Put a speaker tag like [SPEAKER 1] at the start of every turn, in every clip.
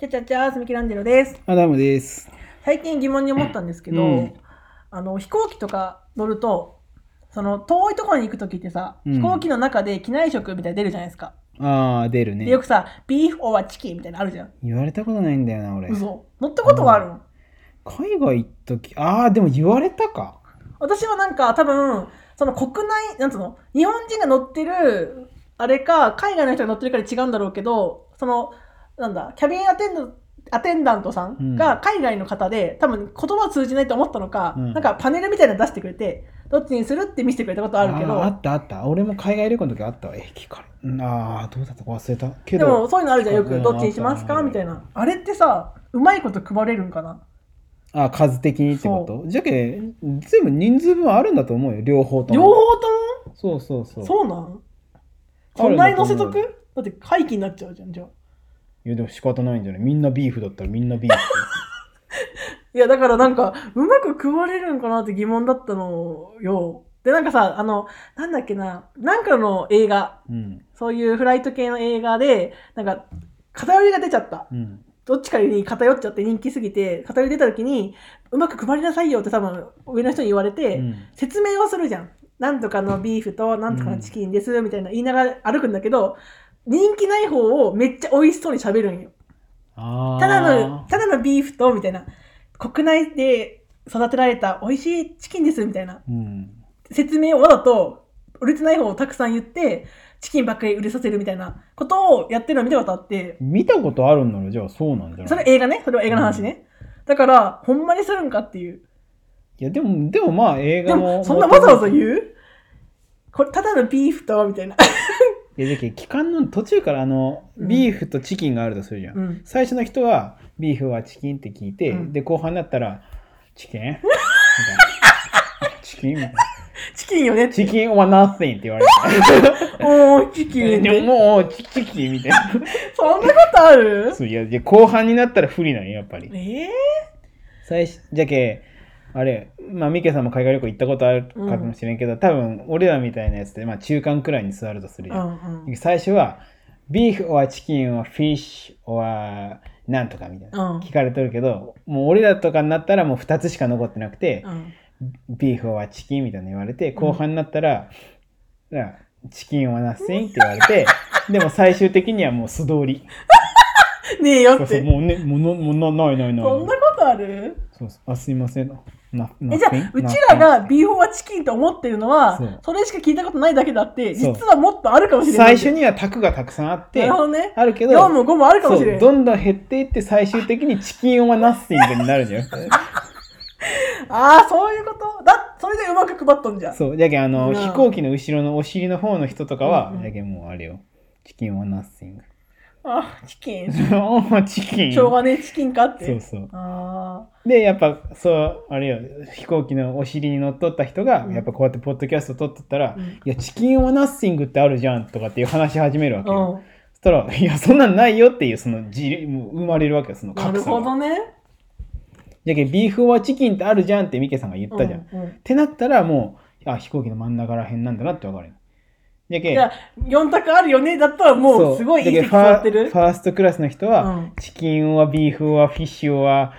[SPEAKER 1] ちゃちゃちゃ、すみきらんじろです。
[SPEAKER 2] アダムです。
[SPEAKER 1] 最近疑問に思ったんですけど、
[SPEAKER 2] うん
[SPEAKER 1] あの飛行機とか乗ると、その遠いところに行くときってさ、
[SPEAKER 2] うん
[SPEAKER 1] 飛行機の中で機内食みたいなの出るじゃないですか。
[SPEAKER 2] ああ、出る
[SPEAKER 1] で
[SPEAKER 2] ね
[SPEAKER 1] よ。くさ、ビーフオアチキンみたいなのあるじゃん。
[SPEAKER 2] 言われたことないんだよな、俺。
[SPEAKER 1] 嘘。乗ったことはあるの。
[SPEAKER 2] 海外行った時、ああ、でも言われたか。
[SPEAKER 1] 私はなんか多分、その国内、なんつうの、日本人が乗ってる、あれか、海外の人が乗ってるから違うんだろうけど、その、なんだ、キャビンアテンド、アテンダントさん
[SPEAKER 2] う
[SPEAKER 1] が海外の方で、多分言葉通じないと思ったのか、
[SPEAKER 2] うん
[SPEAKER 1] なんかパネルみたいなの出してくれて、どっちにするって見せてくれたことあるけ
[SPEAKER 2] あーあ
[SPEAKER 1] ど、
[SPEAKER 2] ったあった。俺も海外旅行の時あったわ。え、聞かれ。うんああ、どうだったか忘れた。け
[SPEAKER 1] でも
[SPEAKER 2] ど、
[SPEAKER 1] そういうのあるじゃん、よく、
[SPEAKER 2] うん
[SPEAKER 1] どっちにします
[SPEAKER 2] あ
[SPEAKER 1] か
[SPEAKER 2] った
[SPEAKER 1] みたいな。あれってさ、うまいこと配れるんかな
[SPEAKER 2] あー数的にってことじゃけ、全部人数分あるんだと思うよ、両方と
[SPEAKER 1] 両
[SPEAKER 2] も。
[SPEAKER 1] 方と
[SPEAKER 2] そうそうそう。
[SPEAKER 1] もそうなん
[SPEAKER 2] ある
[SPEAKER 1] そん
[SPEAKER 2] んだ
[SPEAKER 1] なに
[SPEAKER 2] と
[SPEAKER 1] 乗
[SPEAKER 2] 思う
[SPEAKER 1] せとくだって回帰になっちゃうじゃん、じゃあ。
[SPEAKER 2] いや、でも仕方ないんじゃないみんなビーフだったらみんなビーフ。
[SPEAKER 1] いや、だからなんか、うまく食われるんかなって疑問だったのよ。で、なんかさ、あの、なんだっけな、なんかの映画、
[SPEAKER 2] うん。
[SPEAKER 1] そういうフライト系の映画で、なんか、偏りが出ちゃった。
[SPEAKER 2] うん。
[SPEAKER 1] どっちかに偏っちゃって人気すぎて、偏り出た時に、うまく配りなさいよって多分、上の人に言われて、
[SPEAKER 2] うん
[SPEAKER 1] 説明をするじゃん。なんとかのビーフと、なんとかのチキンです、みたいな言いながら歩くんだけど、人気ない方をめっちゃ美味しそうに喋るんよ。
[SPEAKER 2] ああ。
[SPEAKER 1] ただの、ただのビーフと、みたいな。国内で育てられた美味しいチキンです、みたいな。
[SPEAKER 2] うん。
[SPEAKER 1] 説明をわざと、売れてない方をたくさん言って、チキンばっかり売れさせるみたいなことをやってるのを見たことあって、
[SPEAKER 2] 見たことあるんなら、じゃあそうなんじゃない
[SPEAKER 1] それ映画ね。それは映画の話ね。だから、ほんまにするんかっていう。
[SPEAKER 2] いや、でも、でもまあ映
[SPEAKER 1] で
[SPEAKER 2] 画の。
[SPEAKER 1] も、そんなわざわざ言うこれ、ただのビーフと、みたい な。
[SPEAKER 2] いや、じゃけ、期間の途中からあの、
[SPEAKER 1] うん
[SPEAKER 2] ビーフとチキンがあるとするじゃん。
[SPEAKER 1] うん
[SPEAKER 2] 最初の人は、ビーフはチキンって聞いて、
[SPEAKER 1] うん
[SPEAKER 2] で、後半になったら、チキンみたいな。 チキンみたいな。
[SPEAKER 1] チキンよねって。
[SPEAKER 2] チキンはナッシンって言われ
[SPEAKER 1] おー、チキン
[SPEAKER 2] て。
[SPEAKER 1] ね。
[SPEAKER 2] でももう、チチキンみたいな。
[SPEAKER 1] そんなことある
[SPEAKER 2] そういや、で後半になったら不利なんよ、やっぱり。
[SPEAKER 1] え
[SPEAKER 2] 最初じゃけあれまあミケさんも海外旅行行ったことあるかもしれんけど、多分俺らみたいなやつで、まあ、中間くらいに座るとする
[SPEAKER 1] ぇ、
[SPEAKER 2] やん、
[SPEAKER 1] うんうん。
[SPEAKER 2] 最初はビーフ or チキン or フィッシュ or なんとかみたいな、
[SPEAKER 1] うん
[SPEAKER 2] 聞かれとるけどもう俺らとかになったらもう2つしか残ってなくて
[SPEAKER 1] う、ん
[SPEAKER 2] ビーフ or チキンみたいなの言われて後半になったら、なチキンはナッシンって言わ れてでも最終的にはもう素通り
[SPEAKER 1] ねえよ
[SPEAKER 2] そう
[SPEAKER 1] っ
[SPEAKER 2] そう
[SPEAKER 1] て。
[SPEAKER 2] もうねもうなもうなないないない
[SPEAKER 1] そんなことある
[SPEAKER 2] そうそうあすいませんな
[SPEAKER 1] え
[SPEAKER 2] な
[SPEAKER 1] じゃあうちらがビーフォアチキンと思ってるのは
[SPEAKER 2] そう
[SPEAKER 1] それしか聞いたことないだけだって
[SPEAKER 2] そう
[SPEAKER 1] 実はもっとあるかもしれない
[SPEAKER 2] 最初には卓がたくさんあって
[SPEAKER 1] なるほどね
[SPEAKER 2] あるけど
[SPEAKER 1] 4も5もあるかもしれ
[SPEAKER 2] そう
[SPEAKER 1] ない
[SPEAKER 2] どんどん減っていって最終的にチキンはナッシングになるじゃん
[SPEAKER 1] ああそういうことだそれでうまく配っとんじゃん
[SPEAKER 2] そうじゃけんあの、
[SPEAKER 1] うん
[SPEAKER 2] 飛行機の後ろのお尻の方の人とかは、
[SPEAKER 1] うんうん
[SPEAKER 2] じゃけんもうあれよチキンはナッシング
[SPEAKER 1] あーチキン
[SPEAKER 2] おーチキン
[SPEAKER 1] しょうがねえチキンかって
[SPEAKER 2] そうそう
[SPEAKER 1] あ
[SPEAKER 2] でやっぱそうあれよ飛行機のお尻に乗っとった人が、
[SPEAKER 1] うん
[SPEAKER 2] やっぱこうやってポッドキャスト撮っとったら、
[SPEAKER 1] うん
[SPEAKER 2] いやチキンはナッシングってあるじゃんとかっていう話し始めるわけよ、
[SPEAKER 1] あうん
[SPEAKER 2] そしたら「いやそんなんないよ」っていうそのじもう生まれるわけよその
[SPEAKER 1] な
[SPEAKER 2] 格
[SPEAKER 1] る
[SPEAKER 2] 差
[SPEAKER 1] ほ
[SPEAKER 2] が
[SPEAKER 1] どね
[SPEAKER 2] じゃけビーフはチキンってあるじゃんってミケさんが言ったじゃん、っ
[SPEAKER 1] うんうん
[SPEAKER 2] てなったらもうあ飛行機の真ん中らへんなんだなってわかるじゃけ
[SPEAKER 1] じゃあ4択あるよねだったら
[SPEAKER 2] そ
[SPEAKER 1] もうすごいいい
[SPEAKER 2] じゃ
[SPEAKER 1] 席
[SPEAKER 2] けファ
[SPEAKER 1] 座
[SPEAKER 2] ー
[SPEAKER 1] ってる
[SPEAKER 2] ファーストクラスの人は、
[SPEAKER 1] うん
[SPEAKER 2] チキンはビーフはフィッシュは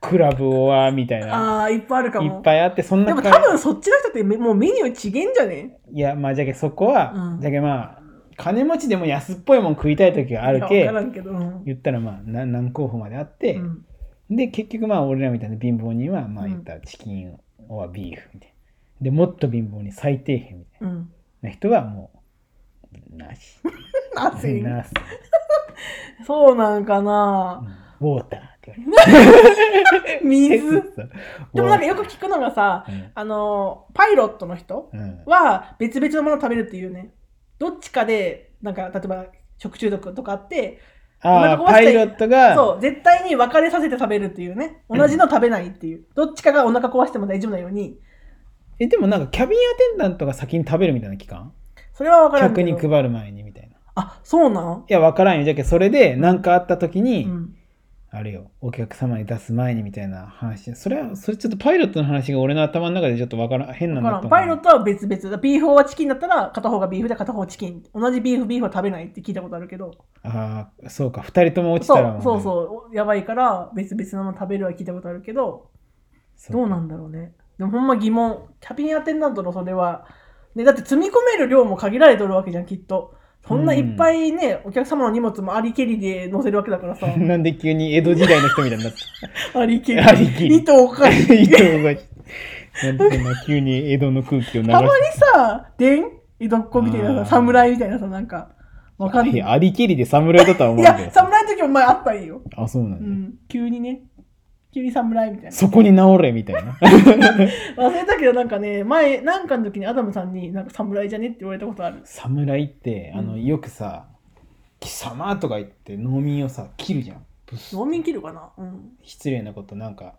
[SPEAKER 2] クラブはみたいな
[SPEAKER 1] ああいっぱいあるか
[SPEAKER 2] い
[SPEAKER 1] も
[SPEAKER 2] っぱいあってそん
[SPEAKER 1] で
[SPEAKER 2] な
[SPEAKER 1] も
[SPEAKER 2] か
[SPEAKER 1] 多分そっちの人ってめもうメニューちげんじゃね
[SPEAKER 2] いやまあじゃけそこは、
[SPEAKER 1] うん
[SPEAKER 2] じゃけまあ金持ちでも安っぽいもん食いたい時がある
[SPEAKER 1] いや
[SPEAKER 2] け
[SPEAKER 1] わからんけどうん
[SPEAKER 2] 言ったらまあな何候補まであって、
[SPEAKER 1] うん
[SPEAKER 2] で結局まあ俺らみたいな貧乏人はまあ
[SPEAKER 1] うん
[SPEAKER 2] 言ったらチキンはビーフみたいなでもっと貧乏に最底辺みた
[SPEAKER 1] う
[SPEAKER 2] い
[SPEAKER 1] ん
[SPEAKER 2] な人はもうなし
[SPEAKER 1] なぜ
[SPEAKER 2] なし
[SPEAKER 1] そうなんかな
[SPEAKER 2] ウォーターって言われて
[SPEAKER 1] 水でもなんか
[SPEAKER 2] よ
[SPEAKER 1] よく聞くのがさ
[SPEAKER 2] く、うん
[SPEAKER 1] あのパイロットの人
[SPEAKER 2] うん
[SPEAKER 1] は別々のものを食べるっていうねどっちかでなんか例えば食中毒とかあって
[SPEAKER 2] ああ
[SPEAKER 1] お腹壊して
[SPEAKER 2] パイロットが
[SPEAKER 1] そう絶対に分かれさせて食べるっていうね同じの食べないっていう、どっちかがお腹壊しても大丈夫なように
[SPEAKER 2] えでもなんかキャビンアテンダントが先に食べるみたいな期間
[SPEAKER 1] それは分からん
[SPEAKER 2] 客
[SPEAKER 1] け
[SPEAKER 2] に
[SPEAKER 1] ど
[SPEAKER 2] 配る前にみたいない
[SPEAKER 1] あそうなん、
[SPEAKER 2] やわからんよじゃけそれで何かあった時に、
[SPEAKER 1] うん、
[SPEAKER 2] あるよお客様に出す前にみたいな話それはそれちょっとパイロットの話が俺の頭の中でちょっとわからん変な
[SPEAKER 1] だ
[SPEAKER 2] んだ
[SPEAKER 1] から
[SPEAKER 2] と思う
[SPEAKER 1] パイロットは別々だビーフはチキンだったら片方がビーフで片方チキン同じビーフビーフは食べないって聞いたことあるけど
[SPEAKER 2] ああそうか2人とも落ちた
[SPEAKER 1] そ
[SPEAKER 2] ら
[SPEAKER 1] うそう
[SPEAKER 2] う
[SPEAKER 1] そうやばいから別々のもの食べるは聞いたことあるけど
[SPEAKER 2] そ
[SPEAKER 1] どうなんだろうねでもほんま疑問キャビンアテンダントのそれは、ね、だって積み込める量も限られとるわけじゃんきっとそんないっぱいね、お客様の荷物もありけりで載せるわけだからさ
[SPEAKER 2] なんで急に江戸時代の人みたいになった
[SPEAKER 1] ありけり
[SPEAKER 2] ありきり
[SPEAKER 1] 糸おかしい
[SPEAKER 2] いいと思いますなんでそんな急に江戸の空気を流
[SPEAKER 1] たまに
[SPEAKER 2] し
[SPEAKER 1] さ、でん江戸っ子みたいな
[SPEAKER 2] あー
[SPEAKER 1] さ、侍みたいなさ、なんか、わかんない。
[SPEAKER 2] てありきりで侍だとは思う
[SPEAKER 1] い
[SPEAKER 2] んだ
[SPEAKER 1] や、
[SPEAKER 2] よ
[SPEAKER 1] 侍の時も前あったんよ。
[SPEAKER 2] あそうな
[SPEAKER 1] うん
[SPEAKER 2] だ、
[SPEAKER 1] ん、急にね。急に侍みたいな。
[SPEAKER 2] そこに治れみたい な
[SPEAKER 1] 忘れたけど、なんかね、前、なんかの時にアダムさんに、なんか侍じゃねって言われたことある。
[SPEAKER 2] 侍ってあの、
[SPEAKER 1] うん
[SPEAKER 2] よくさ「貴様」とか言って農民をさ切るじゃんブス
[SPEAKER 1] 農民切るかなうん。
[SPEAKER 2] 失礼なことなんか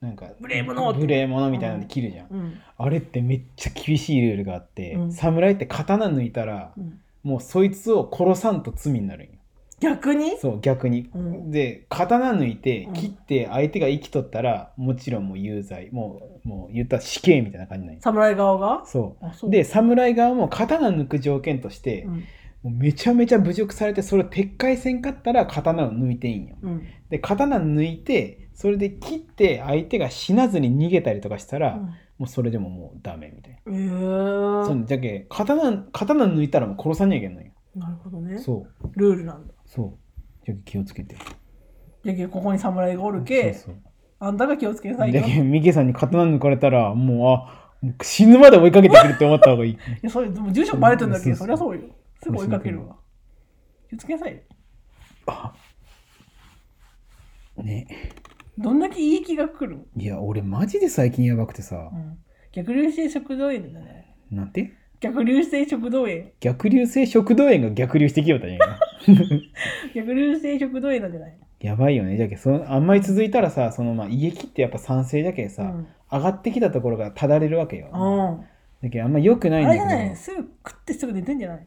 [SPEAKER 2] なんか
[SPEAKER 1] 無礼者って
[SPEAKER 2] 無礼者みたいなので切るじゃん、
[SPEAKER 1] うん。
[SPEAKER 2] あれってめっちゃ厳しいルールがあって、
[SPEAKER 1] うん
[SPEAKER 2] 侍って刀抜いたら
[SPEAKER 1] うん、
[SPEAKER 2] もうそいつを殺さんと罪になるんよ
[SPEAKER 1] 逆に
[SPEAKER 2] そう逆に、
[SPEAKER 1] うん
[SPEAKER 2] で刀抜いて
[SPEAKER 1] うん
[SPEAKER 2] 切って相手が生きとったらもちろんもう有罪もうもう言ったら死刑みたいな感じなんよ
[SPEAKER 1] 侍側が
[SPEAKER 2] そ
[SPEAKER 1] あ、そうう。
[SPEAKER 2] で侍側も刀抜く条件として
[SPEAKER 1] う、ん、
[SPEAKER 2] もうめちゃめちゃ侮辱されてそれを撤回せんかったら刀を抜いていいんよ
[SPEAKER 1] うん。
[SPEAKER 2] で刀抜いてそれで切って相手が死なずに逃げたりとかしたら、もうそれでももうダメみたい
[SPEAKER 1] え
[SPEAKER 2] な、
[SPEAKER 1] ー、
[SPEAKER 2] そうじゃけ刀刀抜いたらもう殺さにゃいけんのよ
[SPEAKER 1] なるほどね。
[SPEAKER 2] そう
[SPEAKER 1] ルールなんだ。
[SPEAKER 2] そうじゃけ気をつけて
[SPEAKER 1] じゃけここに侍がおるけ、
[SPEAKER 2] そうそう
[SPEAKER 1] あんたが気をつけなさい
[SPEAKER 2] だ
[SPEAKER 1] よ。
[SPEAKER 2] けどミケさんに刀抜かれたらもうあもう死ぬまで追いかけてくるって思った方がいい
[SPEAKER 1] いや、それ、でも住所バレてんだけど、
[SPEAKER 2] そ
[SPEAKER 1] そうりゃ
[SPEAKER 2] そうそ
[SPEAKER 1] そうよ。すぐ追いかけるわ。気をつけなさいよ。
[SPEAKER 2] ね
[SPEAKER 1] どんだけいい気が来るの、
[SPEAKER 2] いや俺マジで最近やばくてさ
[SPEAKER 1] う、ん、逆流性食道炎だね。
[SPEAKER 2] なんて
[SPEAKER 1] 逆流性食道炎。
[SPEAKER 2] 逆流性食道炎が逆流してきよったんやな
[SPEAKER 1] 逆流性食道炎なんじゃない
[SPEAKER 2] やばいよねじゃけそのあんまり続いたらさその、まあ、家切ってやっぱ酸性じゃけさ、
[SPEAKER 1] うん
[SPEAKER 2] 上がってきたところがただれるわけよ、
[SPEAKER 1] うん。
[SPEAKER 2] だけどあんま良くないん
[SPEAKER 1] あ
[SPEAKER 2] だ
[SPEAKER 1] れじ
[SPEAKER 2] け
[SPEAKER 1] ゃ
[SPEAKER 2] ど
[SPEAKER 1] ないすぐ食ってすぐ寝てんじゃない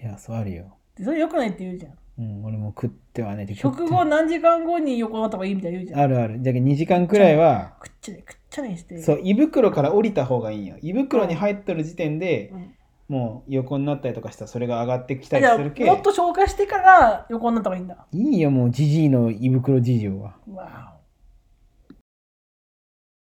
[SPEAKER 2] いやそうあるよ、
[SPEAKER 1] でそれ良くないって言うじゃん。
[SPEAKER 2] うん、俺も食ってはねで
[SPEAKER 1] 食
[SPEAKER 2] 食っ
[SPEAKER 1] 後何時間後に横になった方がいいみたいな言うじ
[SPEAKER 2] て
[SPEAKER 1] ゃん。
[SPEAKER 2] あるあるじゃけ2時間くらいは
[SPEAKER 1] 食っちゃね食っちゃねして。
[SPEAKER 2] そう胃袋から降りた方がいいんよ胃袋に入っとる時点で、
[SPEAKER 1] うん
[SPEAKER 2] もう横になったりとかしたらそれが上がってきた
[SPEAKER 1] あ
[SPEAKER 2] り
[SPEAKER 1] じゃあ
[SPEAKER 2] す
[SPEAKER 1] も
[SPEAKER 2] るけ
[SPEAKER 1] っと消化してから横になった方がいいんだ。
[SPEAKER 2] いいよもうジジイの胃袋事情は
[SPEAKER 1] わ